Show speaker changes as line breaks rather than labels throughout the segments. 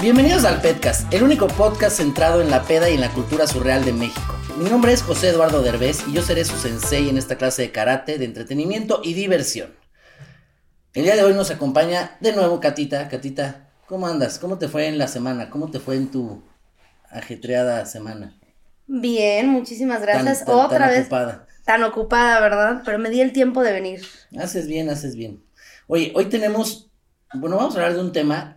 Bienvenidos al Petcast, el único podcast centrado en la peda y en la cultura surreal de México. Mi nombre es José Eduardo Derbez y yo seré su sensei en esta clase de karate, de entretenimiento y diversión. El día de hoy nos acompaña de nuevo Catita. Catita, ¿cómo andas? ¿Cómo te fue en la semana? ¿Cómo te fue en tu ajetreada semana?
Bien, muchísimas
Tan-
gracias.
tan- tan
Otra vez
ocupada.
tan ocupada, ¿verdad? Pero me di el tiempo de venir.
Haces bien, haces bien. Oye, hoy tenemos, bueno, vamos a hablar de un tema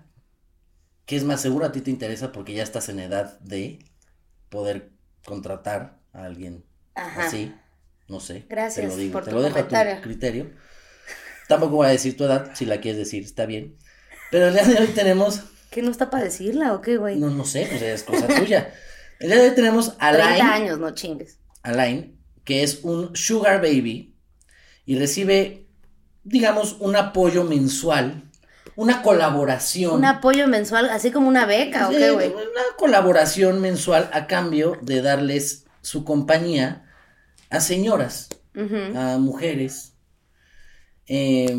que es más seguro a ti te interesa porque ya estás en edad de poder contratar a alguien
Ajá.
así, no sé.
Gracias
te lo digo,
por
te
tu
lo dejo a tu
comentario.
criterio. Tampoco voy a decir tu edad, si la quieres decir, está bien. Pero el día de hoy tenemos,
¿Qué no está para decirla o qué, güey?
no, no sé, pues es cosa tuya. El día de hoy tenemos a
30
Alain.
años, no chingues.
Alain, que es un sugar baby y recibe, digamos, un apoyo mensual, una colaboración.
Un apoyo mensual, así como una beca, ¿o qué,
Sí,
güey?
una colaboración mensual a cambio de darles su compañía a señoras,
Ujú.
a mujeres. Eh,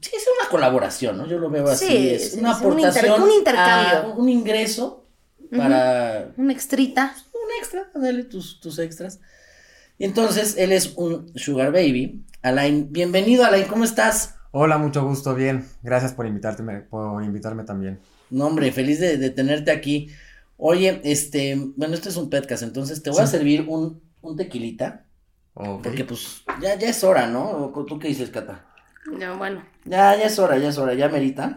sí, es una colaboración, ¿no? Yo lo veo así.
Sí,
es
sí,
una
es un inter-
aportación.
un intercambio.
a un ingreso para
Una extrita.
un extra, dale tus, tus extras. Y entonces él es un Sugar Baby. Alain, bienvenido Alain, ¿cómo estás?
Hola, mucho gusto, bien. Gracias por invitarte, me- por invitarme también.
No, hombre, feliz de, de tenerte aquí. Oye, este, bueno, este es un podcast, entonces te voy a
Sí.
servir un, un tequilita,
Ok.
porque pues ya, ya es hora, ¿no? ¿O ¿Tú qué dices, Cata?
No, bueno.
Ya, ya es hora, ya es hora, ya merita.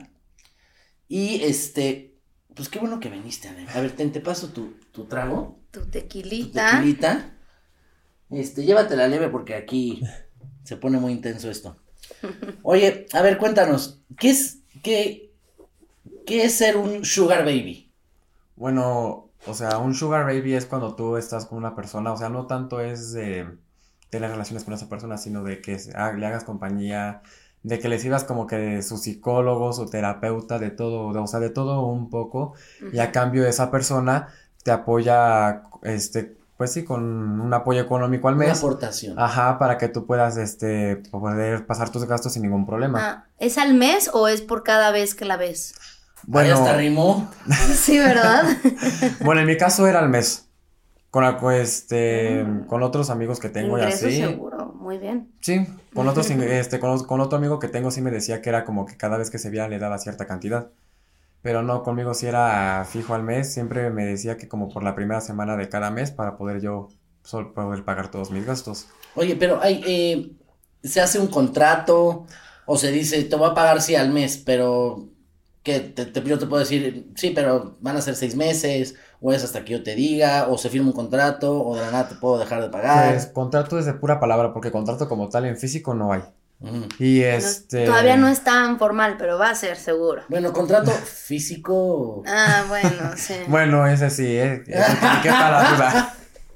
Y este, pues qué bueno que viniste, Alain. A ver, ten, te paso tu, tu trago.
Tu
tu
tequilita.
tequilita. Este, llévatela leve porque aquí se pone muy intenso esto. Oye, a ver, cuéntanos, ¿qué es, qué, qué es ser un sugar baby?
Bueno, o sea, un sugar baby es cuando tú estás con una persona, o sea, no tanto es de tener relaciones con esa persona, sino de que se- ah, le hagas compañía, de que le sirvas como que su psicólogo, su terapeuta, de todo, de- o sea, de todo un poco, y a cambio esa persona te apoya, este, pues sí, con un apoyo económico al
Una
mes, Ah,
aportación.
ajá, para que tú puedas, este, poder pasar tus gastos sin ningún problema.
Ah, ¿Es al mes o es por cada vez que la ves?
Ahí
Bueno.
hasta rimó.
Sí, ¿verdad?
Bueno, en mi caso era al mes. Con, la- con, este, con otros amigos que tengo y
Ingreso
así.
Ah. seguro, muy bien.
Sí, con, otros, ing- este, con, os- con otro amigo que tengo sí me decía que era como que cada vez que se viera le daba cierta cantidad. Pero no, conmigo sí era fijo al mes. Siempre me decía que como por la primera semana de cada mes para poder yo sol- poder pagar todos mis gastos.
Oye, pero hay, eh, se hace un contrato o se dice, te voy a pagar sí al mes, pero que te, te- yo te puedo decir, sí, pero van a ser seis meses, o es hasta que yo te diga, o se firma un contrato, o de la nada te puedo dejar de
Ah.
pagar.
Pues contrato es de pura palabra porque contrato como tal en físico no hay.
Ujú.
Y
No-
este...
Todavía no es tan formal, pero va a ser seguro.
Bueno, contrato físico.
Ah, bueno, sí.
Bueno, ese sí, eh, eso te quita la duda.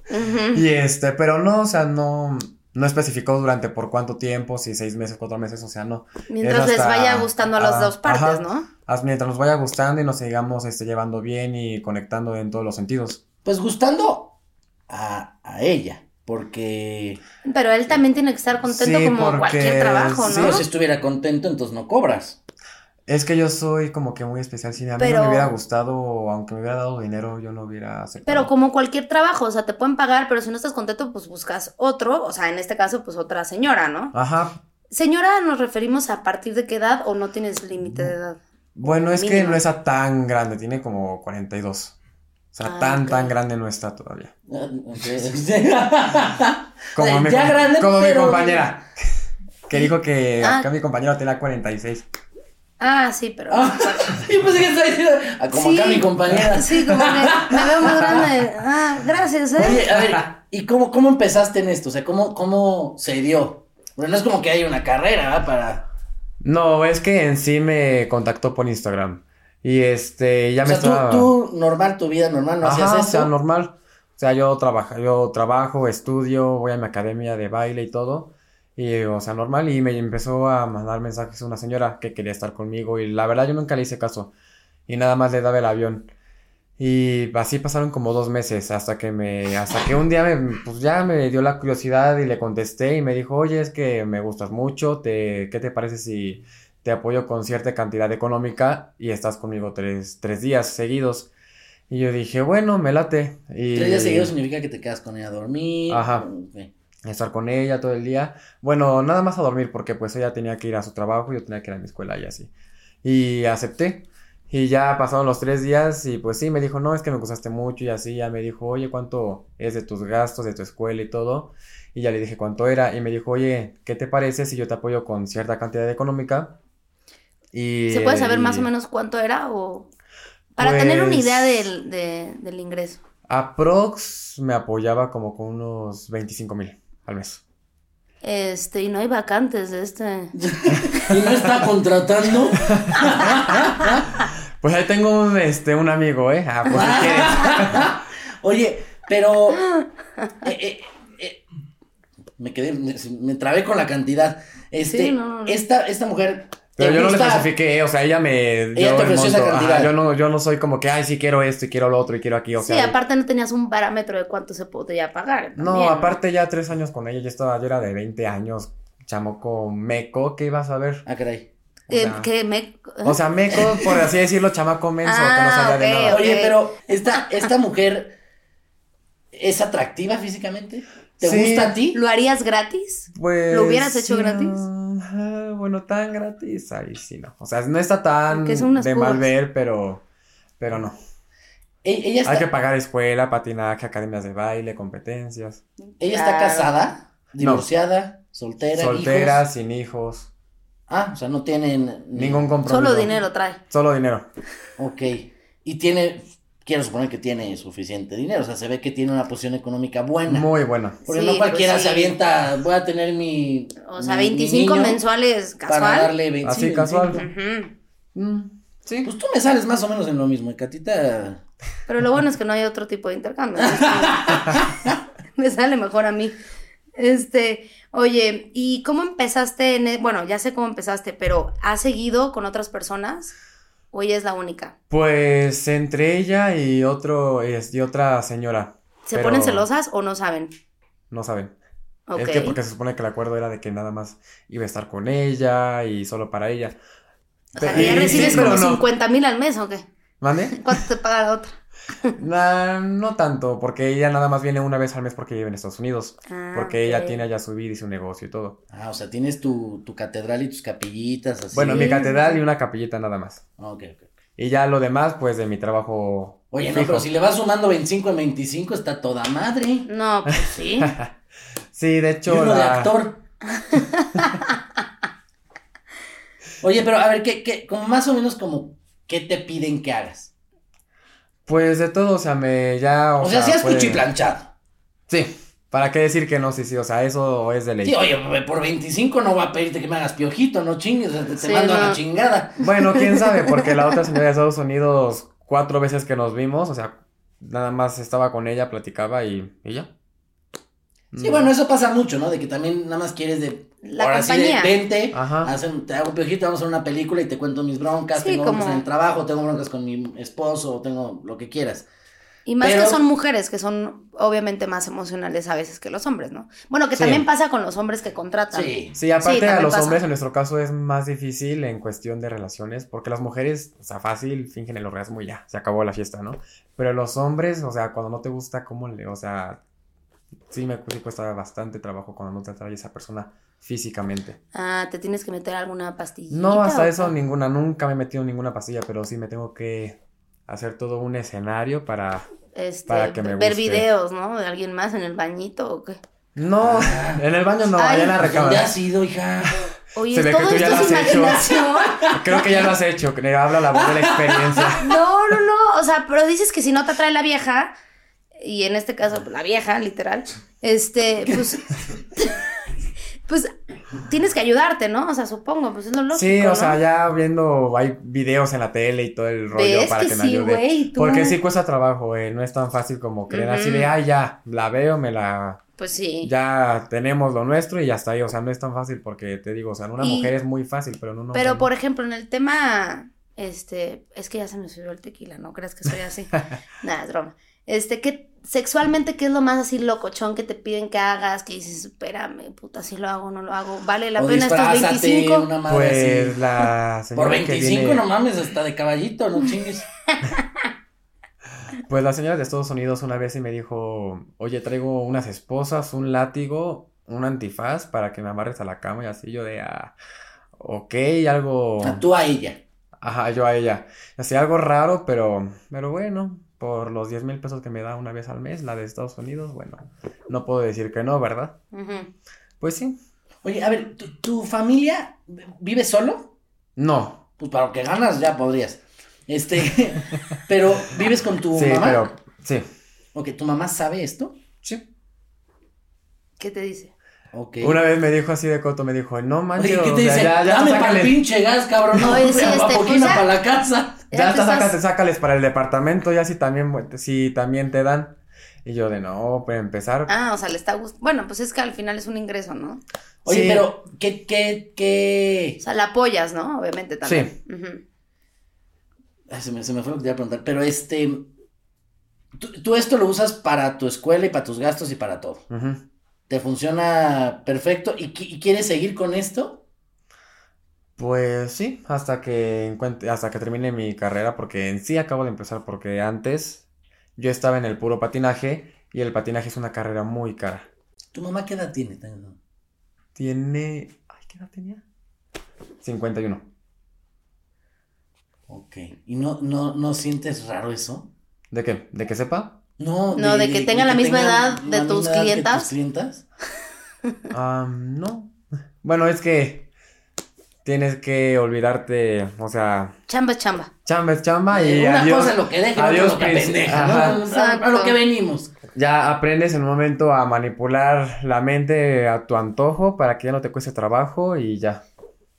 Ujú.
Y este, pero no, o sea, no, no especificó durante por cuánto tiempo, si seis meses, cuatro meses, o sea, no.
Mientras
Es
les
hasta-
vaya gustando a las
ah,
dos partes,
ajá.
¿no?
Haz- mientras nos vaya gustando y nos sigamos este, llevando bien y conectando en todos los sentidos.
Pues gustando a, a ella, porque
Pero él también tiene que estar contento
Sí,
como
porque-
cualquier trabajo,
sí,
¿no?
digo, si estuviera contento, entonces no cobras.
Es que yo soy como que muy especial, si a mí no
Pero-
me hubiera gustado, aunque me hubiera dado dinero, yo no hubiera aceptado.
Pero como cualquier trabajo, o sea, te pueden pagar, pero si no estás contento, pues buscas otro, o sea, en este caso, pues otra señora, ¿no?
Ajá,
Señora, nos referimos a partir de qué edad o no tienes límite de edad.
bueno, es que
Mínimo.
no está tan grande, tiene como 42. O sea,
Ah,
tan,
ok.
tan grande no está todavía.
Ah, ok.
Como
Ya
mi,
grande,
como mi
pero-
compañera, que dijo que
Ah.
acá mi compañero tenía 46.
Ah, sí, pero...
Ah, Yo pensé que estaba diciendo, ah, como acá
Sí.
mi compañera.
Sí, como que me veo muy grande. Ah, gracias, ¿eh?
Oye, a ver, ¿y cómo, cómo empezaste en esto? O sea, ¿cómo, cómo se dio? Bueno, no es como que hay una carrera, ¿verdad? Para...
No, es que en sí me contactó por Instagram. Y este, ya
O
me
sea, tú,
estaba.
tú normal, tu vida normal, no
Ajá, o
hacías
sea,
eso.
normal. O sea, yo trabajo, yo trabajo, estudio, voy a mi academia de baile y todo. Y, o sea, normal. Y me empezó a mandar mensajes una señora que quería estar conmigo. Y la verdad, yo nunca le hice caso. Y nada más le daba el avión. Y así pasaron como dos meses hasta que me, hasta que un día me, pues ya me dio la curiosidad y le contesté y me dijo, oye, es que me gustas mucho, te, ¿qué te parece si te apoyo con cierta cantidad económica y estás conmigo tres, tres días seguidos. Y yo dije, bueno, me late. Y,
Tres días seguidos significa que te quedas con ella a dormir.
Ajá.
ok.
estar con ella todo el día. Bueno, nada más a dormir porque pues ella tenía que ir a su trabajo, yo tenía que ir a mi escuela y así. Y acepté. Y ya pasaron los tres días y pues sí, me dijo, no, es que me gustaste mucho y así. Ya me dijo, oye, ¿cuánto es de tus gastos, de tu escuela y todo? Y ya le dije cuánto era y me dijo, oye, ¿qué te parece si yo te apoyo con cierta cantidad económica? Y,
¿Se puede saber
eh,
más o menos cuánto era o...? Para tener una idea
pues
del, de- del ingreso.
Aprox me apoyaba como con unos 25 mil al mes.
Este, y no hay vacantes de este...
¿Y no está contratando?
Pues ahí tengo un, este, un amigo, ¿eh? Ah, pues, si quieres.
Oye, pero. eh, eh, eh, me quedé, me, me trabé con la cantidad. Este,
Sí, no, no, no.
Esta, esta mujer.
Pero
¿te
yo no le
gusta?
especifiqué, o sea, ella me dio
te ofreció esa
Ajá,
cantidad.
yo no, yo no soy como que, ay, sí quiero esto y quiero lo otro y quiero aquí, o
Sí,
sea.
aparte no tenías un parámetro de cuánto se podría pagar.
No,
también,
aparte ya tres años con ella, yo estaba, yo era de 20 años, chamaco meco, ¿qué ibas a ver?
Ah, caray.
o
Eh,
sea-
que me...
O sea, meco, por así decirlo, chamaco menso, que no
Ah,
sabía de
ok,
nada.
ok.
Oye, pero esta, esta mujer es atractiva físicamente. ¿Te
Sí.
gusta a ti?
¿eh? ¿Lo harías gratis?
Pues,
¿Lo hubieras hecho
sí,
gratis?
ajá, bueno, tan gratis, ahí sí, no. O sea, no está tan
Porque son unas
de mal
cubas.
ver, pero, pero no.
E- Ella
Hay que
está,
pagar escuela, patinaje, academias de baile, competencias.
ella está
Claro.
casada, divorciada, soltera,
Soltera,
hijos.
sin hijos,
Ah, o sea, no tienen
ningún compromiso.
Solo dinero trae.
Solo dinero.
Ok. Y tiene, quiero suponer que tiene suficiente dinero. O sea, se ve que tiene una posición económica buena.
Muy bueno.
Porque
Sí,
no
pues
cualquiera
sí.
se avienta, voy a tener mi.
O sea,
mi- mi
25
niño
mensuales
Para
casual.
darle 25.
Así, casual.
Ujú.
Mm, sí.
Pues tú me sales más o menos en lo mismo, ¿eh? Catita.
Pero lo bueno es que no hay otro tipo de intercambio. Me sale mejor a mí. Este, oye, ¿y cómo empezaste en e- bueno, ya sé cómo empezaste, pero ¿has seguido con otras personas? ¿O ella es la única?
Pues entre ella y otro es- y otra señora,
¿Se
Pero-
ponen celosas o no saben?
no saben.
Ok.
Es que porque se supone que el acuerdo era de que nada más iba a estar con ella y solo para ella.
o sea, que ya
Y sí,
recibes
pero
como
no.
50 mil al mes o qué?
¿Mande?
¿Cuánto te paga la otra?
Nah, no tanto, porque ella nada más viene una vez al mes porque vive en Estados Unidos,
Ah,
porque ella
ok.
tiene allá su vida y su negocio y todo.
Ah, o sea, tienes tu, tu catedral y tus capillitas así.
Bueno,
Sí.
mi catedral y una capillita nada más.
Ah, ok, ok.
Y ya lo demás, pues de mi trabajo
Oye, no,
fijo.
pero si le vas sumando 25 en 25, está toda madre.
No, pues sí.
Sí, de
Y
hecho,
uno de
la-
actor. Oye, pero a ver, ¿qué, qué, como más o menos como, ¿qué te piden que hagas?
pues de todo, o pues, sea, me ya,
O, sea, si has
fue-
cuchiplanchado.
Sí, ¿para qué decir que no? Sí, sí, o sea, eso es de ley.
Sí, oye, pues, por 25 no va a pedirte que me hagas piojito, no chingues, te, te
Sí,
mando a la
no.
chingada.
Bueno, quién sabe, porque la otra señora de Estados Unidos, cuatro veces que nos vimos, o sea, nada más estaba con ella, platicaba y, y ya.
Sí,
Mm.
bueno, eso pasa mucho, ¿no? De que también nada más quieres de.
La
ahora
compañía.
sí, de vente,
Ajá.
hacen- te hago piojito, vamos a hacer una película y te cuento mis broncas,
Sí,
tengo broncas
como-
en el trabajo, tengo broncas con mi esposo, tengo lo que quieras.
Y más
Pero-
que son mujeres, que son obviamente más emocionales a veces que los hombres, ¿no? Bueno, que
Sí.
también pasa con los hombres que contratan.
Sí.
Sí, aparte a
también
los
pasa.
hombres en nuestro caso es más difícil en cuestión de relaciones, porque las mujeres, o sea, fácil, fingen el orgasmo y ya, se acabó la fiesta, ¿no? Pero los hombres, o sea, cuando no te gusta, ¿cómo le, o sea, sí me sí cuesta bastante trabajo cuando no te atrae esa persona físicamente.
Ah, te tienes que meter alguna pastilla.
No, hasta eso ninguna, nunca me he metido ninguna pastilla, pero sí me tengo que hacer todo un escenario para...
Este,
para que me
ver
guste.
videos, ¿no? De alguien más en el bañito o qué.
No, en el baño no, allá en la
Ay, ¿Dónde
recámara.
has ido, hija?
Oye,
Se ve
todo
que tú
esto
ya
es
lo has hecho.
imaginación.
Creo que ya lo has hecho, que habla la voz de la experiencia.
No, no, no. O sea, pero dices que si no te atrae la vieja, y en este caso, pues, la vieja, literal, este, pues. pues tienes que ayudarte, ¿no? O sea, supongo, pues es lo lógico.
Sí, o sea,
¿no?
ya viendo, hay videos en la tele y todo el rollo
¿Ves
para que,
que
me
sí,
ayude.
güey, tú?
Porque sí cuesta trabajo, eh, no es tan fácil como creer así de,
Ujú.
ah, ya, la veo, me la...
Pues sí.
Ya tenemos lo nuestro y ya está ahí, o sea, no es tan fácil porque te digo, o sea, en una
Y-
mujer es muy fácil, pero en un hombre
Pero,
no.
por ejemplo, en el tema, este, es que ya se me subió el tequila, ¿no crees que soy así? Nada, es broma. Este, ¿qué, sexualmente, ¿qué es lo más así locochón que te piden que hagas? Que dices, espérame, puta, si lo hago, no lo hago. ¿Vale la
o
pena estos
disfrázate,
25?
una madre
Pues
así.
la
Por
señora que
25
viene,
no mames, hasta de caballito, no chingues.
Pues la señora de Estados Unidos una vez sí me dijo, oye, traigo unas esposas, un látigo, un antifaz para que me amarres a la cama y así yo de, ah, ok, algo...
Ah.
A tú a ella.
Ajá, yo a ella. Así algo raro, pero, pero bueno, por los 10 mil pesos que me da una vez al mes, la de Estados Unidos, bueno, no puedo decir que no, ¿verdad?
Ujú.
Pues sí.
Oye, a ver, ¿tu, tu familia vive solo?
No.
Pues para lo que ganas ya podrías. Este, pero ¿vives con tu
Sí,
mamá?
pero, sí.
Ok, ¿tu mamá sabe esto?
Sí.
¿Qué te dice?
Ok.
Una vez me dijo así de coto, me dijo, no
Oye,
manches,
¿qué
o
te
sea,
dice?
ya, ya
Dame para
sácales,
el pinche gas, cabrón. No,
Oye, sí,
a
este,
poquito
o sea-
para la casa.
Ya
ya
tú
hasta
estás-
sácales, sácales para el departamento, ya si también, si también te dan. Y yo de, no, para empezar,
Ah, o sea, le está gustando. Bueno, pues es que al final es un ingreso, ¿no?
Oye,
Sí.
pero, ¿qué, qué, qué?
O sea, la apoyas, ¿no? Obviamente también. Ujú.
Ay, se, me, se me fue lo que te iba a preguntar. Pero este. Tú, tú esto lo usas para tu escuela y para tus gastos y para todo.
ujú.
Te funciona perfecto. ¿Y, qui- y quieres seguir con esto?
Pues sí, hasta que encuentre, hasta que termine mi carrera, porque en sí acabo de empezar, porque antes yo estaba en el puro patinaje y el patinaje es una carrera muy cara.
¿Tu mamá qué edad tiene?
Tiene, ay, ¿qué edad tenía? 51.
Ok. ¿Y no, no, no sientes raro eso?
¿De qué? ¿De que sepa?
No,
No, de que tenga la misma edad de tus
misma edad que
clientas.
tus clientas.
Ah, no. Bueno, es que tienes que olvidarte, o sea,
Chamba es chamba.
chamba es chamba y
Una
adiós.
cosa es lo que deja y otra es
adiós,
lo que
Pris.
pendeja. ¿no?
Ajá.
O sea, A lo
Exacto.
que venimos.
Ya aprendes en un momento a manipular la mente a tu antojo para que ya no te cueste trabajo y ya.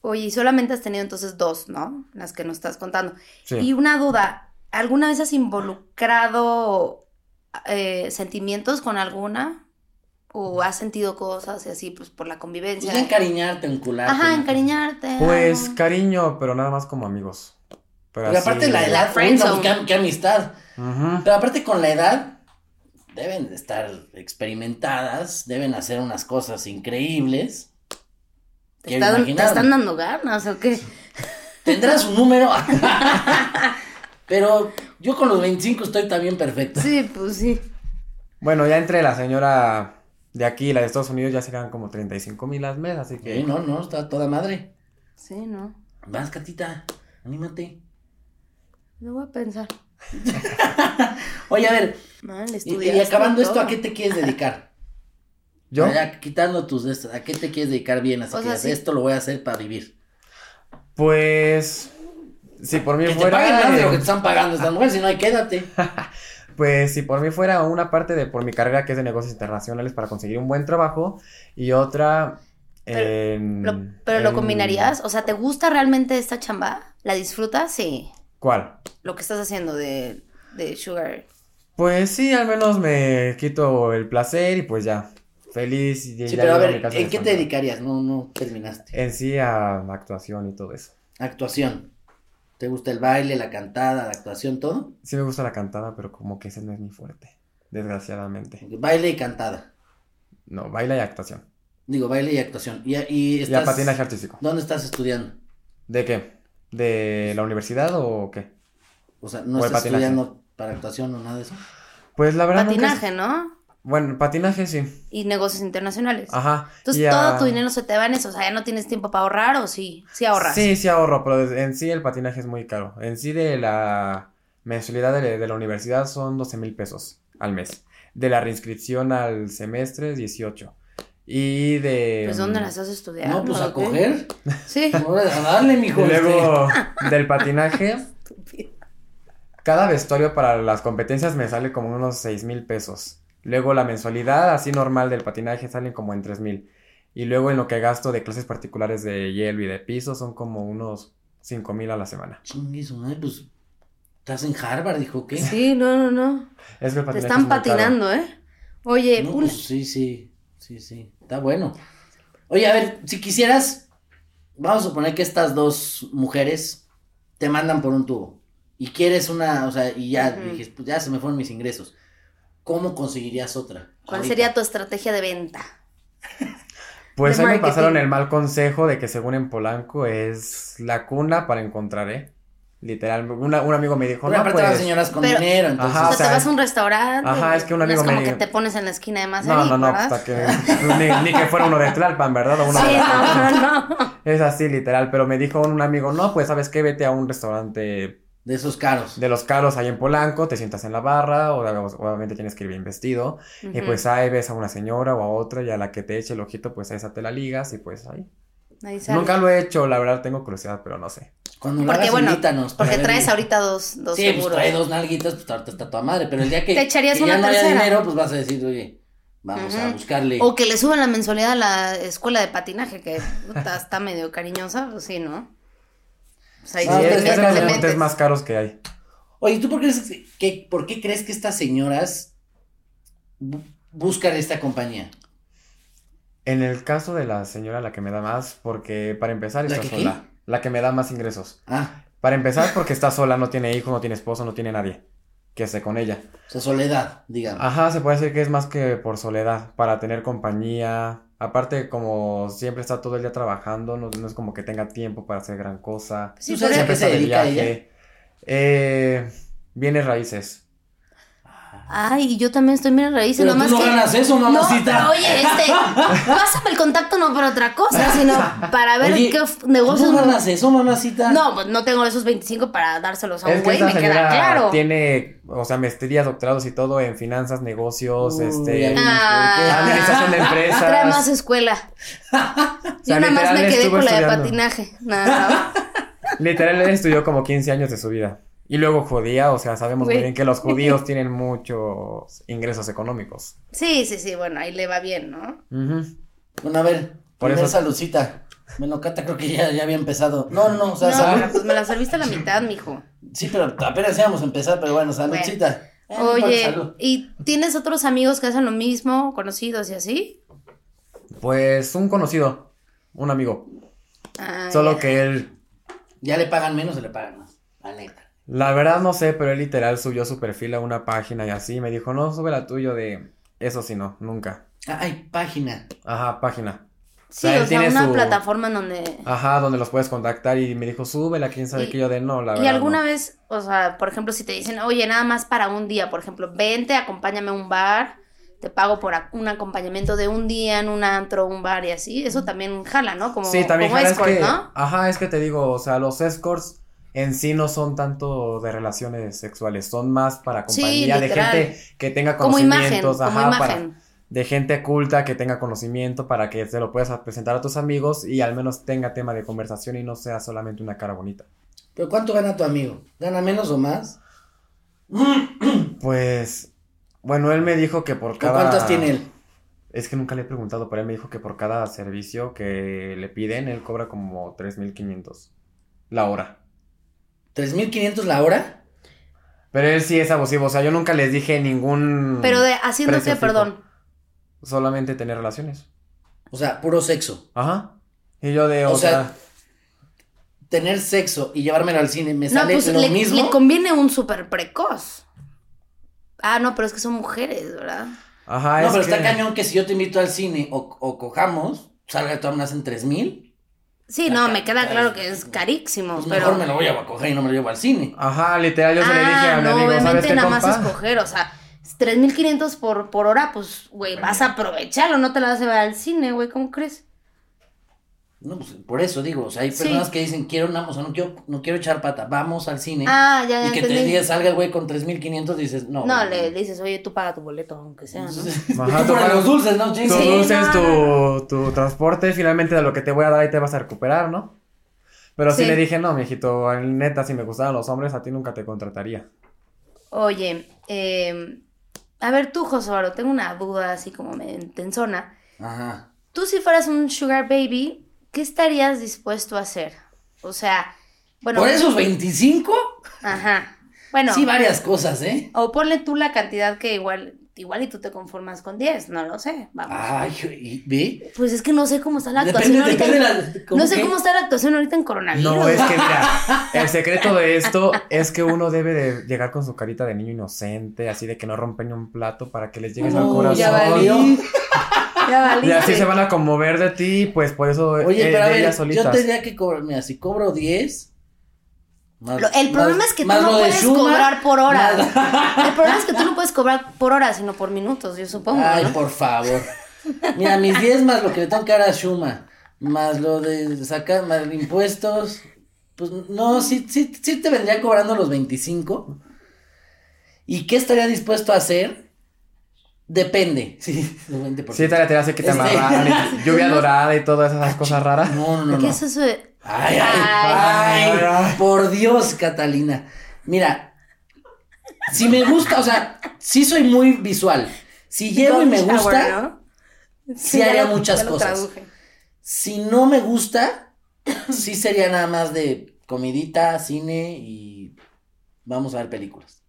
Oye, y solamente has tenido entonces dos, ¿no? Las que nos estás contando.
Sí.
Y una duda, ¿alguna vez has involucrado eh, sentimientos con alguna? ¿O has sentido cosas y así, pues por la convivencia?
Ya encariñarte, encularte.
Ajá,
¿no?
encariñarte.
Pues
algo.
cariño, pero nada más como amigos. Pero
Porque
así-
Ah. aparte la edad,
Friendzone.
puta, pues, qué, qué amistad.
Ujú.
Pero aparte con la edad, deben de estar experimentadas, deben hacer unas cosas increíbles.
¿Te,
Quiero
están- te
imaginarme.
están dando ganas o qué?
Tendrás un número. Pero yo con los 25 estoy también perfecto.
Sí, pues sí.
Bueno, ya entre la señora de aquí y la de Estados Unidos ya serán como 35 mil al mes, así que.
Sí, no, no, está toda madre.
Sí, ¿no?
Vas, Catita, anímate.
Lo voy a pensar.
Oye, a ver,
Mal,
y- y,
estudiaste
acabando esto,
todo.
¿a qué te quieres dedicar?
¿Yo?
Ya, quitando tus de estas, ¿a qué te quieres dedicar bien? Así
O
que
sea,
digas,
sí.
esto lo voy a hacer para vivir.
Pues. Si por mí
Que te
fuera.
paguen más de
eh,
lo que te están pagando estas mujeres, si no, ahí quédate.
Pues si por mí fuera una parte de por mi carrera que es de negocios internacionales para conseguir un buen trabajo y otra. en-
Lo- pero lo
en-
combinarías, o sea, ¿te gusta realmente esta chamba? ¿La disfrutas? Sí.
¿Cuál?
Lo que estás haciendo de, de Sugar.
Pues sí, al menos me quito el placer y pues ya. Feliz y
Sí,
ya
pero a
llego
ver,
mi casa
¿en qué te
descansado.
dedicarías? No, no terminaste.
En sí a actuación y todo eso.
Actuación. ¿Te gusta el baile, la cantada, la actuación, todo?
Sí me gusta la cantada, pero como que ese no es mi fuerte, desgraciadamente.
Baile y cantada.
No, baila y actuación.
Digo, baile y actuación. Y, y
Y a
estás-
patinaje artístico.
¿Dónde estás estudiando?
¿De qué? ¿De la universidad o qué?
O sea, ¿no
O el
estás
patinaje.
estudiando para actuación o nada de eso?
Pues la verdad nunca es-
Patinaje, ¿no?
Bueno, patinaje sí.
Y negocios internacionales.
Ajá.
Entonces
Y a-
todo tu dinero se te va en eso. O sea, ya no tienes tiempo para ahorrar o sí. Sí ahorras.
Sí, sí ahorro, pero des- en sí el patinaje es muy caro. En sí de la mensualidad de, de la universidad son 12 mil pesos al mes. De la reinscripción al semestre, 18. Y de...
Pues ¿dónde
mm,
las estás estudiando?
no, pues
¿o
a
qué?
coger.
Sí.
No, A darle, mijo. este,
Y luego del patinaje, cada vestuario para las competencias me sale como unos 6 mil pesos. Luego la mensualidad así normal del patinaje salen como en 3 mil. Y luego en lo que gasto de clases particulares de hielo y de piso son como unos 5 mil a la semana.
Chingue su madre, pues. Estás en Harvard, dijo, ¿qué?
Sí, no, no, no.
Es que el
Te
patinaje es
están
muy caro.
patinando, ¿eh? Oye,
No,
una-
pues, sí, sí. Sí, sí. Está bueno. Oye, a ver, si quisieras, vamos a suponer que estas dos mujeres te mandan por un tubo. Y quieres una, o sea, y ya
Ujú.
dijes, pues ya se me fueron mis ingresos. ¿cómo conseguirías otra?
¿Cuál
Ahorita.
sería tu estrategia de venta?
Pues
de
ahí me
marketing.
pasaron el mal consejo de que según en Polanco es la cuna para encontrar, ¿eh? Literal, una- un amigo me dijo,
Porque
no,
aparte
pues,
las señoras con
Pero-
dinero, entonces.
Ah,
o sea,
o sea,
te vas a un restaurante.
ajá,
y
es que un
no
amigo
es como
me
que
dijo-
te pones en la esquina de más
no, no, no, hasta que, pues, ni, ni que fuera uno de Tlalpan, ¿verdad? O uno de
Sí, no,
la-
no, no.
Es así, literal, pero me dijo un amigo, no, pues, ¿sabes qué? Vete a un restaurante
De esos caros.
de los caros ahí en Polanco, te sientas en la barra, o, obviamente tienes que ir bien vestido, y
Ujú.
pues ahí ves a una señora o a otra, y a la que te eche el ojito, pues a esa te la ligas, y pues ahí.
Ahí sale.
Nunca lo he hecho, la verdad, tengo curiosidad, pero no sé.
Cuando lo
Porque
hagas,
bueno,
invítanos para
porque
ver-
traes ahorita dos, dos
sí, pues
seguros.
trae dos nalguitas, pues ahorita está toda madre. Pero el día que,
Te echarías
que
una
ya no haya
tercera.
dinero, pues vas a decir, oye, vamos a
Ujú.
buscarle.
O que le suban la mensualidad a la escuela de patinaje, que puta, está medio cariñosa, pues sí, ¿no? O sea, ahí
Sí,
Ah,
sí
te
es,
te-
metes,
pues,
es de
te
los
te
deportes
metes.
más caros que hay.
Oye, ¿tú por qué, crees que, por qué crees que estas señoras bu- buscan esta compañía?
En el caso de la señora, la que me da más, porque para empezar
¿La
está
que qué?
sola. La que me da más ingresos.
Ah,
Para empezar, porque está sola, no tiene hijo, no tiene esposo, no tiene nadie que esté con ella.
o sea, soledad, digamos.
Ajá, se puede decir que es más que por soledad, para tener compañía. Aparte, como siempre está todo el día trabajando, no, no es como que tenga tiempo para hacer gran cosa.
Sí,
¿Tú
por
sabes a
eso.
qué
Siempre
se
está de
dedica
viaje.
ella?
Eh, bienes raíces.
Ay, y yo también estoy bien raíces,
Pero
nada
tú
más
no
que...
ganas eso,
No,
mamacita.
pero oye, este, pásame el contacto no para otra cosa, sino para ver
Oye,
qué f-
¿Tú
negocios...
no ganas eso, mamacita?
No, pues no tengo esos 25 para dárselos a
Ah,
Es
un
que
güey,
esa
me queda
señora
claro.
tiene, o sea, maestrías, doctorados y todo en finanzas, negocios,
Uy,
este,
ahí nos
Ah.
administración de empresas.
Trae más escuela. Yo
sea,
nada más me
literal,
quedé
estuvo
con la de
estudiando.
patinaje. Nada, más.
Literal, él estudió como 15 años de su vida. Y luego judía, o sea, sabemos muy
Güey.
bien que los judíos tienen muchos ingresos económicos.
Sí, sí, sí, bueno, ahí le va bien, ¿no?
Ujú.
Bueno, a ver,
Por
primer
eso-
saludcita. Bueno, Cata creo que ya, ya había empezado. No, no, o sea,
no,
salud.
pero pues me la serviste a la mitad, mijo.
Sí, pero apenas íbamos a empezar, pero bueno, saludcita. Eh, no importa,
Oye,
salud.
¿y tienes otros amigos que hacen lo mismo, conocidos y así?
Pues un conocido, un amigo.
Ah,
Solo
ya.
que él,
¿Ya le pagan menos o le pagan más? La neta.
la verdad no sé, pero él literal subió su perfil a una página y así. Me dijo, no, sube la tuyo de eso sí, no, nunca.
Ah, hay página.
Ajá, página.
Sí,
o sea, él
o sea,
tiene
una
su-
plataforma en donde...
Ajá, donde los puedes contactar y me dijo, súbela, quién sabe
Y-
qué yo de no, la
y
verdad.
alguna
no.
vez, o sea, por ejemplo, si te dicen, oye, nada más para un día, por ejemplo, vente, acompáñame a un bar, te pago por ac- un acompañamiento de un día en un antro, un bar y así, eso también jala, ¿no? Como,
Sí, también
como
jala, es
escort,
que-
¿no?
Ajá, es que te digo, o sea, los escorts en sí no son tanto de relaciones sexuales, son más para
Sí,
compañía de
literal.
gente que tenga
Como imagen,
conocimientos,
como
ajá, para-
imagen.
de gente culta que tenga conocimiento para que se lo puedas presentar a tus amigos y al menos tenga tema de conversación y no sea solamente una cara bonita.
¿Pero cuánto gana tu amigo? ¿Gana menos o más?
Pues, bueno, él me dijo que por
¿O
cada...
¿Cuántas tiene él?
Es que nunca le he preguntado, pero él me dijo que por cada servicio que le piden, él cobra como 3.500 la hora.
¿3.500 la hora?
Pero él sí es abusivo, o sea, yo nunca les dije ningún...
Pero de, haciendo
Precio
que,
fijo.
perdón.
Solamente tener relaciones.
O sea, puro sexo.
Ajá. Y yo de, o,
O sea,
sea...
Tener sexo y llevármelo al cine, ¿me
No,
sale
pues
lo
le,
mismo?
le conviene un súper precoz. Ah, no, pero es que son mujeres, ¿verdad?
Ajá,
no,
Ah, es
pero
que...
está cañón que si yo te invito al cine o, o cojamos, salga tú más en 3.000,
Sí, no, me queda claro que es carísimo,
pues
pero...
mejor me lo voy a coger y no me lo llevo al cine.
Ajá, literal, yo se le dije
ah,
a mi
no,
amigo, ¿sabes
obviamente
qué,
nada más
compa?
escoger, o sea, 3500 por, por hora, pues, güey, vas a aprovecharlo, no te la vas a llevar al cine, güey, ¿cómo crees?
No, pues por eso digo, o sea, hay
Sí.
personas que dicen, quiero una, o sea, no quiero, no quiero echar pata, vamos al cine.
Ah, ya, ya
y que te
entendí.
diga, salga el güey con 3.500, dices, no.
No,
güey.
le, le dices, oye, tú paga tu boleto, aunque sea, ¿no?
Ajá,
Tú
tú
para
pagas-
los dulces, ¿no?
Tú
Jason?
Sí,
dulces,
no,
tu,
no,
tu transporte, finalmente de lo que te voy a dar ahí te vas a recuperar, ¿no? Pero sí,
Sí.
le dije, no, mijito, neta, si me gustaban los hombres, a ti nunca te contrataría.
Oye, eh, a ver tú, Josuaro, tengo una duda así como me tensona.
Ajá.
Tú si fueras un sugar baby, ¿qué estarías dispuesto a hacer? O sea, bueno...
¿Por esos 25?
Ajá. Bueno,
Sí, varias cosas, ¿eh?
o ponle tú la cantidad que igual igual y tú te conformas con 10, no lo sé, vamos.
Ay, ¿y ¿ve?
Pues es que no sé cómo está la
Depende-
actuación ahorita.
depende
en-
de la- ¿cómo
no sé
qué?
cómo está la actuación ahorita en coronavirus.
No, es que mira, el secreto de esto es que uno debe de llegar con su carita de niño inocente, así de que no rompe ni un plato para que les llegues
Uh,
al
No,
corazón.
ya valió.
Ya
Y así
valiste.
se van a conmover de ti, pues por eso
Oye,
eh,
pero a
de
ver,
ellas
yo
solitas.
tendría que cobrar, mira, si cobro 10. más-
Lo- el problema
más-
es que tú
más
no
lo de
puedes
Schumann,
cobrar por
más-
horas. El problema es que tú no puedes cobrar por horas, sino por minutos, yo supongo.
Ay,
¿no?
por favor. Mira, mis 10 más lo que le tengo que dar a Shuma, más lo de sacar, más impuestos. Pues no, sí, sí, sí te vendría cobrando los 25. ¿Y qué estaría dispuesto a hacer? Depende. Sí, los 20%.
Sí, te la hace que te
Este-
amarraran, y lluvia dorada y todas esas cosas raras.
No, no, no.
¿Qué
no.
es eso de-
Ay, ay,
Ay.
ay,
Ay.
por Dios, Catalina. Mira, si me gusta, o sea, sí soy muy visual. Si llego y me
Golden
gusta,
Shower, ¿no?
sí haría
ya lo-
muchas
ya lo
cosas.
traduje.
Si no me gusta, sí sería nada más de comidita, cine y vamos a ver películas.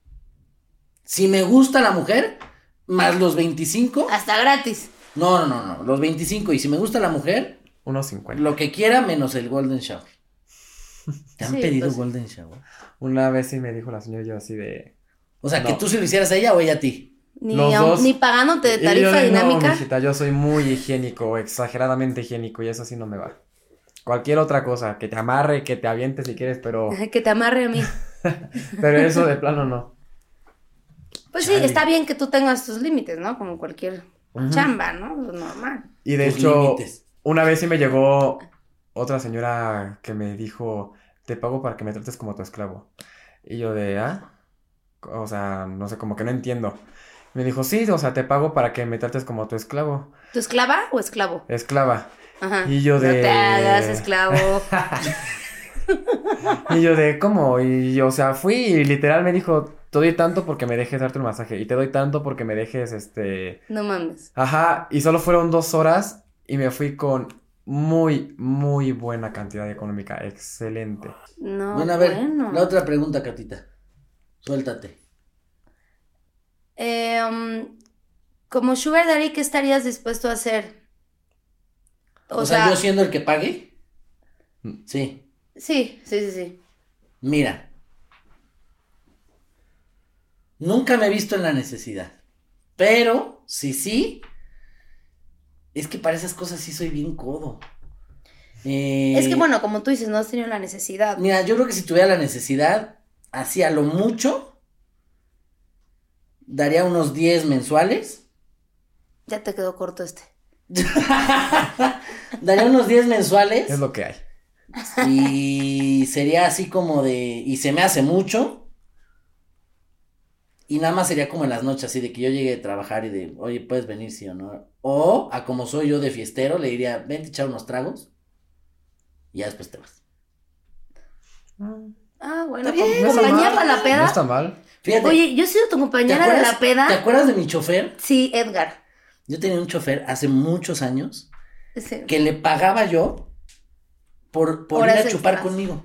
Si me gusta la mujer, más los 25.
Hasta gratis.
No, no, no, no, los 25. Y si me gusta la mujer,
Unos 50.
lo que quiera menos el Golden Shower. ¿Te han
Sí,
pedido
pues.
Golden Shower?
Una vez sí me dijo la señora yo así de...
O sea, que
No.
tú se lo hicieras a ella o ella a ti.
Ni,
Los
aun-
dos.
ni pagándote de
Y yo
tarifa
de, "No,
dinámica.
mijita, yo soy muy higiénico, exageradamente higiénico y eso sí no me va. Cualquier otra cosa, que te amarre, que te aviente si quieres, pero,
que te amarre a mí.
pero eso de plano no.
Pues sí,
Chale.
está bien que tú tengas tus límites, ¿no? Como cualquier
Ujú.
chamba, ¿no? Pues normal.
Y de
Tus
hecho,
límites.
una vez sí me llegó otra señora que me dijo, te pago para que me trates como tu esclavo. Y yo de, ah, o sea, no sé, como que no entiendo. Me dijo, sí, o sea, te pago para que me trates como tu esclavo,
¿Tu esclava o esclavo?
esclava.
Ajá.
Y yo
No
de-
te hagas esclavo.
Y yo de, ¿cómo? Y yo, o sea, fui y literal me dijo, te doy tanto porque me dejes darte un masaje y te doy tanto porque me dejes, este...
No mames.
Ajá, y solo fueron dos horas y me fui con muy, muy buena cantidad económica, excelente.
No.
bueno, a ver,
Ah, bueno.
la otra pregunta, Catita. Suéltate.
Eh, um, como Sugar Daddy, ¿qué estarías dispuesto a hacer?
O, sea, yo siendo el que pague.
Mm.
Sí.
sí, sí, sí, sí.
Mira, nunca me he visto en la necesidad, pero si sí, es que para esas cosas sí soy bien codo. Eh,
Es que bueno, como tú dices, no has tenido la necesidad.
Mira, yo creo que si tuviera la necesidad, hacía lo mucho, daría unos 10 mensuales,
Ya te quedó corto este.
daría unos 10 mensuales.
Es lo que hay.
Y sería así como de. Y se me hace mucho. Y nada más sería como en las noches, así de que yo llegue a trabajar y de, oye, puedes venir, sí o no. O, a como soy yo de fiestero, le diría, vente a echar unos tragos. Y ya después te vas.
Ah, bueno,
Está bien,
como
no está
compañía
mal.
para la
No
peda.
está mal.
Fíjate.
Oye, yo he sido tu
¿te
compañera de
acuerdas,
la peda.
¿Te acuerdas de mi chofer?
Sí, Edgar.
Yo tenía un chofer hace muchos años
Sí.
que le pagaba yo por, por ir
Horas
a chupar
extras.
conmigo.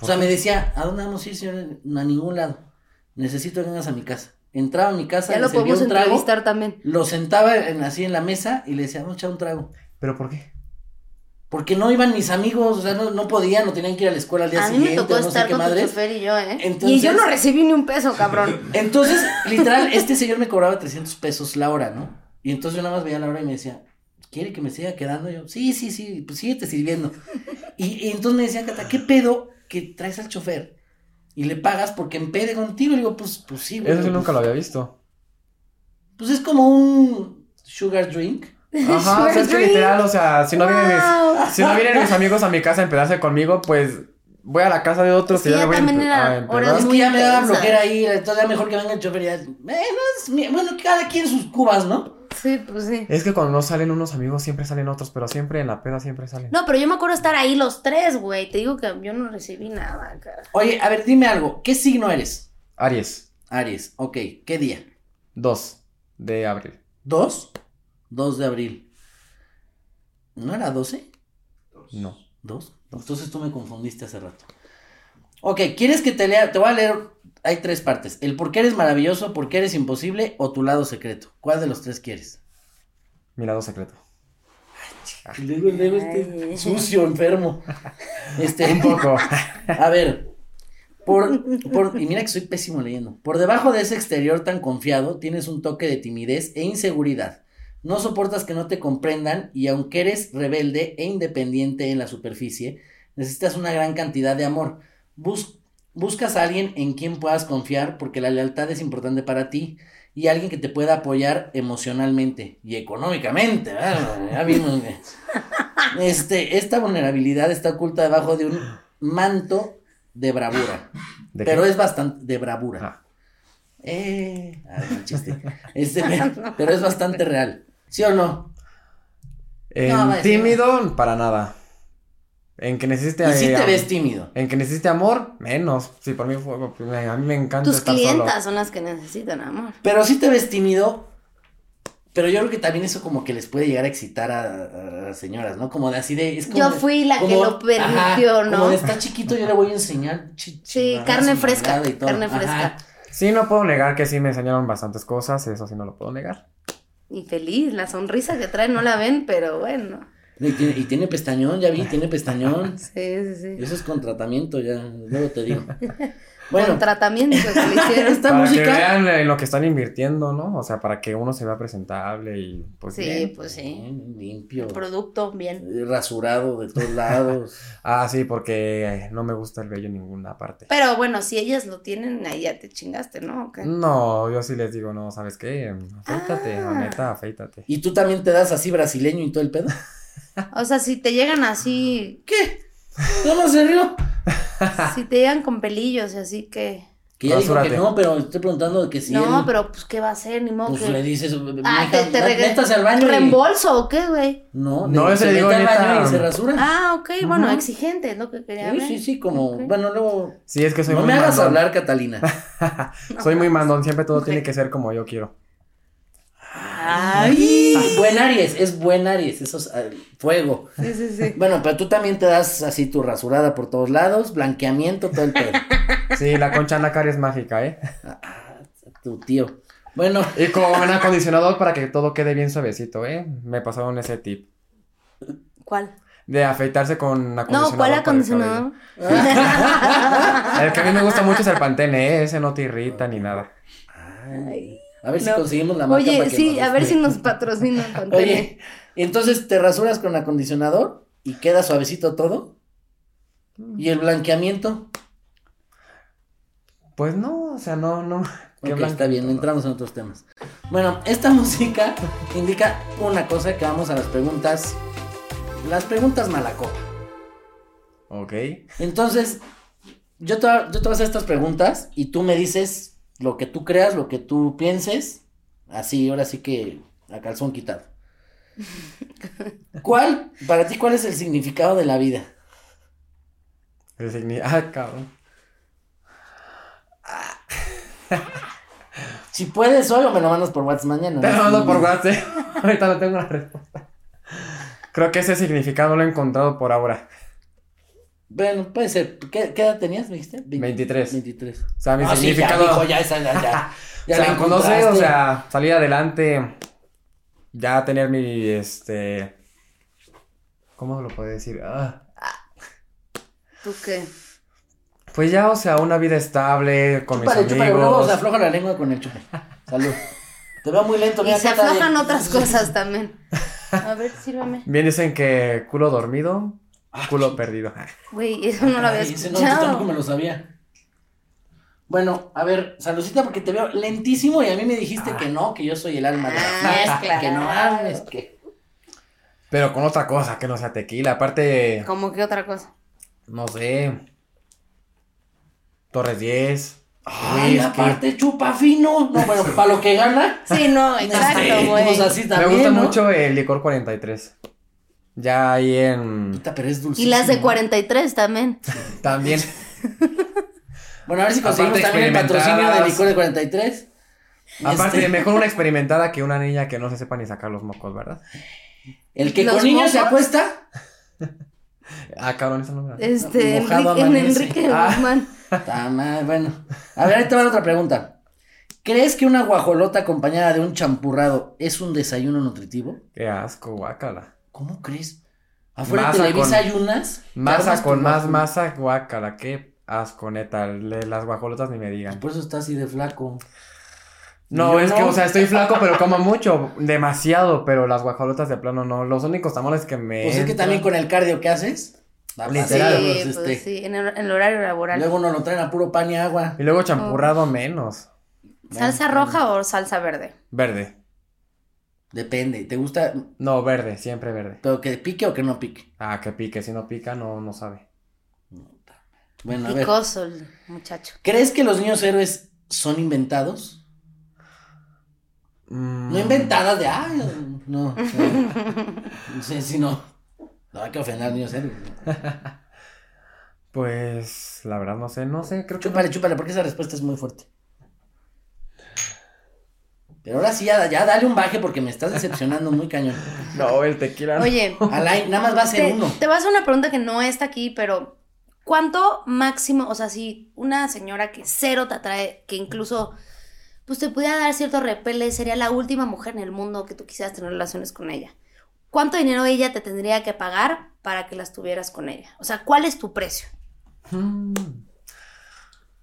O sea, me decía, ¿a dónde vamos a ir, señor? A ningún lado. Necesito que vengas a mi casa. Entraba a mi casa,
Ya
le
lo
servía
podemos
un trago,
entrevistar también.
Lo sentaba en- así en la mesa y le decía, vamos a echar un trago.
¿Pero por qué?
Porque no iban mis amigos, o sea, no, no podían, no tenían que ir a la escuela al día
A mí
siguiente.
me tocó
o no sé
estar
qué
con tu
madres.
chofer y yo, ¿eh?
Entonces-
Y yo no recibí ni un peso, cabrón.
Entonces, literal, este señor me cobraba 300 pesos la hora, ¿no? Y entonces yo nada más veía la hora y me decía, ¿quiere que me siga quedando? Y yo, sí, sí, sí, pues síguete sirviendo. Y, y entonces me decía, Cata, ¿qué pedo que traes al chofer? Y le pagas porque empede contigo. Y le digo, pues, pues sí, güey.
Eso sí
pues,
nunca lo había visto.
Pues es como un sugar drink.
Ajá, o sea, es que
Dream.
literal, o sea, si no vienen mis,
Wow.
si no vienen mis amigos a mi casa a empedarse conmigo, pues voy a la casa de otros
Sí,
y ya
ya
me voy a
también
empe-
era
a empedar.
Es
horas
que
muy
ya me daba
intensa.
bloquear ahí, entonces ya mejor que venga el chofer y ya, eh, no es mi- bueno, cada quien sus cubas, ¿no?
Sí, pues sí.
Es que cuando no salen unos amigos siempre salen otros, pero siempre en la peda siempre salen.
No, pero yo me acuerdo estar ahí los tres, güey. Te digo que yo no recibí nada, cara.
Oye, a ver, dime algo, ¿qué signo eres?
Aries,
Aries, ok, ¿qué día?
2 de abril.
¿Dos? 2 de abril. ¿No era 12?
No.
¿Dos? Entonces tú me confundiste hace rato. Ok, ¿quieres que te lea? Te voy a leer hay tres partes. El por qué eres maravilloso, por qué eres imposible o tu lado secreto. ¿Cuál de los tres quieres?
Mi lado secreto.
Luego, luego este
Ay.
sucio, enfermo. Este,
Un poco.
a ver. Por, por- y mira que soy pésimo leyendo. Por debajo de ese exterior tan confiado, tienes un toque de timidez e inseguridad. No soportas que no te comprendan y aunque eres rebelde e independiente en la superficie, necesitas una gran cantidad de amor. Bus- buscas a alguien en quien puedas confiar porque la lealtad es importante para ti y alguien que te pueda apoyar emocionalmente y económicamente. ¿verdad? Ya vimos que- Este, esta vulnerabilidad está oculta debajo de un manto de bravura,
¿De
pero
qué?
es bastante de bravura.
Ah.
Eh, ah, buen chiste. Este, pero, pero es bastante real. ¿Sí o no?
En
va a decir-
tímido, para nada. En que necesite.
Y si
eh,
te
am-
ves tímido.
En que necesite amor, menos. Sí, por mí fue- me- a mí me encanta
Tus
estar
clientas son las que necesitan amor.
Pero sí te ves tímido. Pero yo creo que también eso como que les puede llegar a excitar a, a- a señoras, ¿no? Como de así de... es como
Yo
de-
fui la que
como-
lo permitió,
ajá,
¿no?
Como de está chiquito, yo le voy a enseñar. chi-
Sí,
chingadas
carne
y
fresca,
nada y todo.
carne
Ajá.
fresca.
solo. Sí, no puedo negar que sí me enseñaron bastantes cosas, eso sí no lo puedo negar.
Y feliz, la sonrisa que trae no la ven, pero bueno.
Y tiene, y tiene pestañón, ya vi, tiene pestañón.
Sí, sí, sí.
Eso es con tratamiento, ya, luego te digo. Bueno,
Con tratamiento que le hicieron.
esta
para que
música...
vean eh, lo que están invirtiendo, ¿no? O sea, para que uno se vea presentable y pues
Sí,
bien.
pues sí.
Bien, limpio.
El producto, bien.
eh, Rasurado de todos lados.
Ah, sí, porque eh, no me gusta el vello en ninguna parte.
Pero bueno, si ellas lo tienen, ahí ya te chingaste, ¿no? ¿O qué?
Mm.
No, yo sí les digo, no, ¿sabes qué? Afeítate,
Ah.
la neta, afeítate.
¿Y tú también te das así brasileño y todo el pedo?
O sea, si te llegan así,
¿Qué? Nada más se rió.
si te llegan con pelillos y así que...
Que ya dijo que
Rasúrate.
no, pero estoy preguntando que si
no,
él,
pero pues, ¿qué va a hacer? Ni modo
pues
que...
le dices, mija,
Ah, te, te reg-
métase al baño. y-
¿Reembolso o qué, güey?
No,
No,
no,
ese
se
le
mete
digo,
al
neta.
baño y se rasura.
Ah, ok, bueno,
Ujú.
exigente, es lo que quería
sí,
ver.
sí, sí, como,
Ok.
bueno, luego,
Sí, es que soy
no
muy
me hagas
mandón.
hablar, Catalina.
Soy muy mandón, siempre todo
pues. Ok.
tiene que ser como yo quiero.
Ay, buen Aries, es buen Aries, eso es ah, fuego.
Ah. Sí, sí, sí.
Bueno, pero tú también te das así tu rasurada por todos lados, blanqueamiento, todo el pedo.
Sí, la concha nácar es mágica, ¿eh?
tu tío. Bueno,
Eh.
Y con acondicionador para que todo quede bien suavecito, ¿eh? Me pasaron ese tip.
¿Cuál?
De afeitarse con acondicionador.
No, ¿cuál
para el
acondicionador?
ah,
cabello. El, que a mí me gusta mucho es el Pantene, ¿eh? Ese no te irrita ni nada.
Ay, a ver si
No.
conseguimos la marca. para
Oye,
que
sí,
nos
a ver si
guste.
nos patrocinan Pantene.
Oye, entonces te rasuras con acondicionador y queda suavecito todo.
Mm.
Y el blanqueamiento.
Pues no, o sea, no, no. Qué
Ok,
blanco
está bien,
todo.
entramos en otros temas. Bueno, esta música indica una cosa que vamos a las preguntas. Las preguntas malacopa.
Ok.
Entonces, yo te, yo te voy a hacer estas preguntas y tú me dices lo que tú creas, lo que tú pienses. Así, ahora sí que a calzón quitado. ¿Cuál, para ti, cuál es el significado de la vida?
El signi- Ah, cabrón.
Si puedes hoy o me lo mandas por WhatsApp mañana.
Te
¿no?
lo mando por WhatsApp. Ahorita no tengo la respuesta. Creo que ese significado lo he encontrado por ahora.
Bueno, puede ser. ¿Qué, qué edad tenías, me dijiste? Ve-
23.
23.
O sea, mi
Ah, sí, ya,
significado.
dijo, ya, esa, ya, ya. Ya
o sea,
la
no sé, o
encontraste.
sea, salir adelante, ya tener mi, este, ¿cómo lo puedo decir? Ah,
¿Tú qué?
pues ya, o sea, una vida estable con
Chúpale,
mis
chúpale, luego
amigos.
se afloja la lengua con el chupe. Salud. Te veo muy lento.
Y
mira,
se
¿qué tal?
aflojan otras cosas también. A ver, sírvame.
Bien dicen que culo dormido,
Ah,
culo perdido.
Güey, eso no lo había
Ay, ese no, yo
escuchado.
tampoco me lo sabía. Bueno, a ver, saludcita, porque te veo lentísimo y a mí me dijiste que no, que yo soy el alma de la
Ah,
fiesta,
claro.
que no hables, que...
Pero con otra cosa que no sea tequila, aparte,
Como que otra cosa.
no sé, Torres 10,
Ay,
whisky.
aparte chupa fino. No, bueno, para lo que gana.
Sí, no, exacto,
este,
güey.
pues así también,
Me gusta
¿no?
mucho el licor 43. Ya ahí en...
Puta, pero es
Y las de
dulcísimo.
43 también.
También.
Bueno, a ver si
Aparte
conseguimos también el patrocinio de
experimentadas.
licor de 43.
Aparte,
Este,
mejor una experimentada que una niña que no se sepa ni sacar los mocos, ¿verdad?
el que
Los
con niños se
mocos.
acuesta.
Ah, cabrón, esa no me la-
Este,
Mojado
Enrique, en
amanece.
Enrique
Ah.
Guzmán.
Está mal, bueno. A ver, ahí te va otra pregunta. ¿Crees que una guajolota acompañada de un champurrado es un desayuno nutritivo?
Qué asco, guácala.
¿Cómo crees? Afuera de
Masa
Televisa
con-
hay unas. que armas
Masa
tu
con más
guajol-
masa, guácala. Qué asco, neta. Le- las guajolotas ni me digan.
Por eso está así de flaco.
No,
Pues, Yo
es que,
no.
o sea, estoy flaco, pero como mucho. Demasiado, pero las guajolotas de plano no. Los únicos tamales que me.
Pues es que
entran-
también con el cardio que haces. Va a
Literal.
pasar,
sí,
pues,
pues,
este,
sí, en el, en el horario laboral.
Luego nos lo traen a puro pan y agua.
Y luego champurrado menos.
¿Salsa
Bueno,
roja o salsa verde?
Verde.
Depende. ¿Te gusta
No, verde, siempre verde.
pero que pique o que no pique?
Ah, que pique. Si no pica, no, no sabe.
Bueno, a ver.
Picoso el muchacho.
¿Crees que los niños héroes son inventados?
Mm.
No inventadas de, ah, no. o sea, No sé si no. No hay que ofender a los niños héroes.
Pues, la verdad, no sé, no sé. Creo que.
Chúpale, chúpale, porque esa respuesta es muy fuerte. Pero ahora sí, ya, ya dale un baje porque me estás decepcionando muy cañón.
No, el tequila. no.
Oye,
Alain, nada más va Ah, a ser
te,
uno.
te voy a hacer una pregunta que no está aquí, pero ¿cuánto máximo, o sea, si una señora que cero te atrae, que incluso pues te pudiera dar cierto repele, sería la última mujer en el mundo que tú quisieras tener relaciones con ella? ¿Cuánto dinero ella te tendría que pagar para que las tuvieras con ella? O sea, ¿cuál es tu precio?
Mm.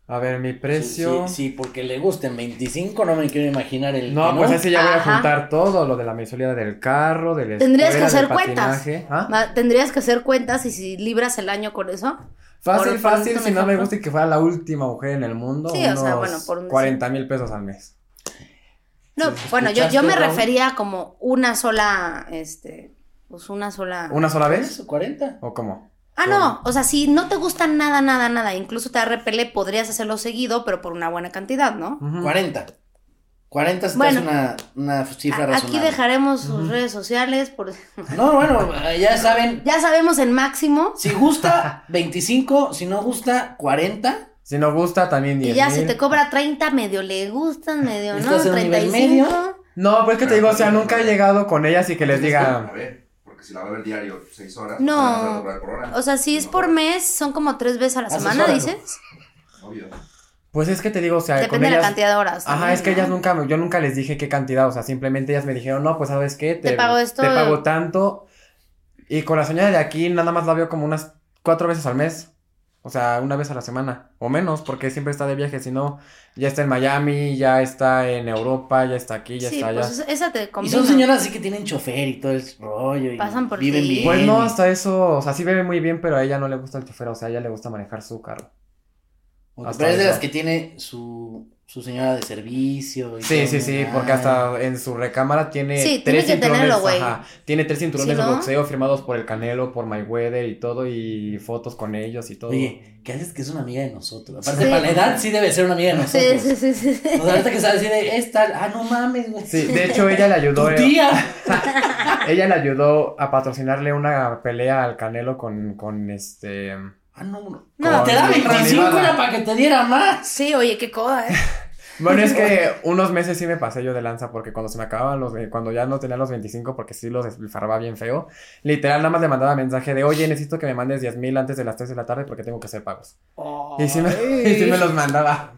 A ver, mi
Sí,
precio.
sí, sí, porque le gusten 25, no me quiero imaginar el.
No,
que
pues ese ya voy a
Ajá.
juntar todo, lo de la mensualidad del carro, del
Tendrías que hacer
cuentas.
cuentas.
¿Ah?
Ma- Tendrías que hacer cuentas y si libras el año con eso.
Fácil,
por- por
fácil,
un
si no me
ejemplo.
gusta y que fuera la última mujer en el mundo,
Sí, o sea,
unos
bueno, por un decir.
40 mil pesos al mes.
No, bueno, yo, yo
¿Escuchaste,
me
Raúl?
refería a como una sola, este, pues una sola.
¿Una sola vez?
¿Eso? ¿40?
¿O cómo?
Ah, no, o sea, si no te gusta nada, nada, nada, incluso te da repele, podrías hacerlo seguido, pero por una buena cantidad, ¿no?
Ujú.
40. 40 es
Bueno.
una, una cifra
A- Aquí
razonable.
dejaremos sus redes sociales, por...
No, bueno, ya saben.
ya sabemos el máximo,
Si gusta, 25. Si no gusta, 40.
Si no gusta, también 10
y ya si
mil.
te cobra 30, medio le gustan, medio no,
¿Estás en un nivel
35.
medio?
No, pues que te digo, o sea, nunca he llegado con ellas y que les
A
diga...
ver, porque si la va a ver diario, seis horas.
No.
pues, van a cobrar por hora.
O sea, si es por mes, son como tres veces a la semana,
Asesóralo.
dices.
Obvio.
Pues es que te digo, o sea, con
Depende de la
ellas...
cantidad de horas.
Ajá,
también,
es que
¿no?
ellas nunca, me- yo nunca les dije qué cantidad, o sea, simplemente ellas me dijeron, no, pues sabes qué, te,
Te pago esto.
te pago tanto. Y con la señora de aquí nada más la veo como unas cuatro veces al mes, o sea, una vez a la semana, o menos, porque siempre está de viaje, si no, ya está en Miami, ya está en Europa, ya está aquí, ya
Sí,
está allá.
pues esa- esa te
Y
conviene.
son señoras así que tienen chofer y todo el rollo. Y
Pasan por
viven
ti.
bien.
Pues no, hasta eso, o sea, sí bebe muy bien, pero a ella no le gusta el chofer, o sea, a ella le gusta manejar su carro.
O que
hasta
parece de
eso.
las que tiene su, su señora de servicio. y
Sí,
todo,
sí, sí,
¿no?
porque hasta en su recámara tiene
Sí, tiene
tres
que
cinturones,
tenerlo, güey.
ajá, tiene tres cinturones
Si
de
no-
boxeo firmados por el Canelo, por Mayweather y todo y fotos con ellos y todo.
Oye, ¿qué haces que es una amiga de nosotros? Aparte,
Sí.
para la edad sí debe ser una amiga de nosotros.
Sí, sí, sí, sí, sí.
O sea, ahorita que sabes, así de, es tal, ah, no mames, güey.
Sí, de hecho ella le
Tu
ayudó, eh,
tía.
ella le ayudó a patrocinarle una pelea al Canelo con con este
Ah, no, no.
No,
te da
con
25
Ivana.
era para que te diera más.
Sí, oye, qué coda, ¿eh?
Bueno, es que unos meses sí me pasé yo de lanza porque cuando se me acababan los, ve- cuando ya no tenía los 25 porque sí los despilfarraba bien feo, literal nada más le mandaba mensaje de, oye, necesito que me mandes 10 mil antes de las 3 de la tarde porque tengo que hacer pagos. Y sí me, y sí me los mandaba.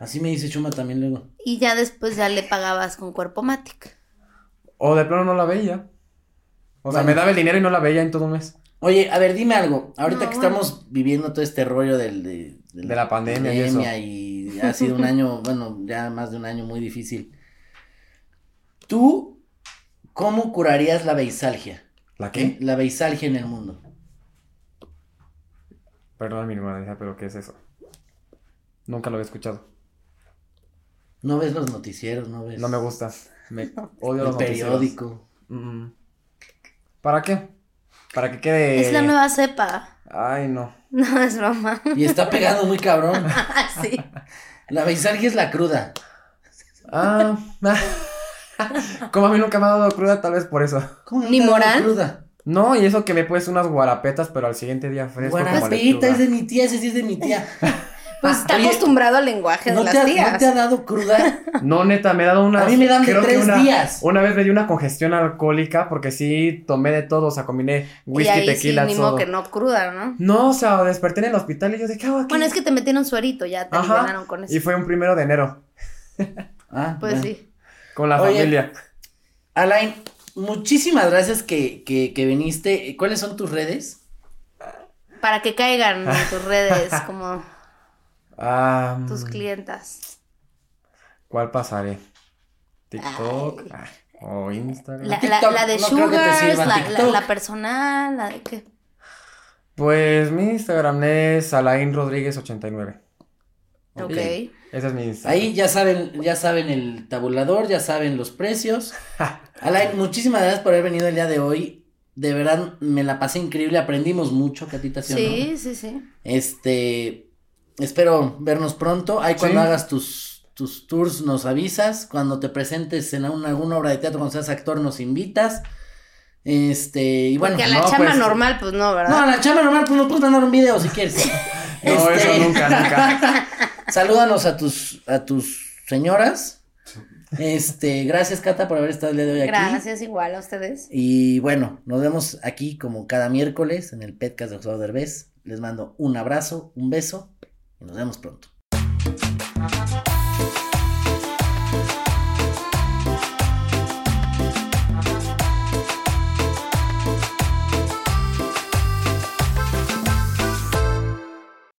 Así me dice Chuma también luego.
Y ya después ya le pagabas con cuerpo Matic.
O de plano no la veía. O sea,
Bueno.
me daba el dinero y no la veía en todo un mes.
Oye, a ver, dime algo. Ahorita
No,
que
bueno.
estamos viviendo todo este rollo del, de,
De la pandemia y
y ha sido un año, bueno, ya más de un año muy difícil. ¿Tú cómo curarías la beisalgia?
¿La qué?
La beisalgia en el mundo.
Perdón mi ignorancia, pero ¿qué es eso? Nunca lo había escuchado.
No ves los noticieros, no ves
No me gusta. Me odio
el
los noticieros.
periódico.
Mm. ¿Para qué? Para que quede...
Es la nueva cepa.
Ay, no.
No es broma.
Y está pegado muy cabrón.
sí.
La beisalgia es la cruda.
Ah, como a mí nunca me ha dado cruda, tal vez por eso.
¿Cómo no
¿Ni
te da la
moral?
Cruda.
No, y eso que me he puesto unas guarapetas, pero al siguiente día fresco como
Guarapeta
lechuga.
es de mi tía, ese sí es de mi tía.
Pues está
Oye,
acostumbrado al lenguaje de
¿No te,
las
ha,
tías.
no te ha dado cruda?
No, neta, me ha dado una.
A mí me dan de
creo que
tres
una-
días.
Una vez me dio una congestión alcohólica porque sí tomé de todo, o sea, combiné
y
whisky,
ahí
tequila,
sí, ni modo
todo.
que no cruda, ¿no?
No, o sea, desperté en el hospital y yo dije, ¿qué hago aquí?
Bueno, es que te metieron suerito, ya te
Ajá.
liberaron con eso.
Y fue un primero de enero
Ah,
Pues
bueno.
sí.
con la
Oye.
familia.
Alain, muchísimas gracias que, que, que viniste. ¿Cuáles son tus redes?
Para que caigan en tus redes como
Ah, mm,
tus clientas.
¿Cuál pasaré? ¿TikTok? Ah, ¿O Instagram?
La, la,
TikTok,
la de
no creo que te
Sugars,
sirva
la, la-
TikTok.
la personal, la de qué.
Pues mi Instagram es Alain Rodríguez89.
Ok.
Ese es mi Instagram.
Ahí ya saben, ya saben el tabulador, ya saben los precios. Alain, muchísimas gracias por haber venido el día de hoy. De verdad, me la pasé increíble, aprendimos mucho, Catita, ¿sí o no?
Sí, sí, sí.
Este, espero vernos pronto. Ahí cuando
Sí.
hagas tus, tus tours nos avisas. Cuando te presentes en una- alguna obra de teatro, cuando seas actor, nos invitas. Este, y bueno.
Porque a la
no,
chama
pues-
normal, pues no,
No, a
¿verdad?
la chamba normal, pues nos puedes mandar un video si quieres.
No,
Este,
eso nunca, nunca.
Salúdanos a tus, a tus señoras. Este, gracias, Cata, por haber estado el día de hoy aquí.
Gracias, igual a ustedes.
Y bueno, nos vemos aquí como cada miércoles en el podcast de Oxford Derbez. Les mando un abrazo, un beso y nos vemos pronto.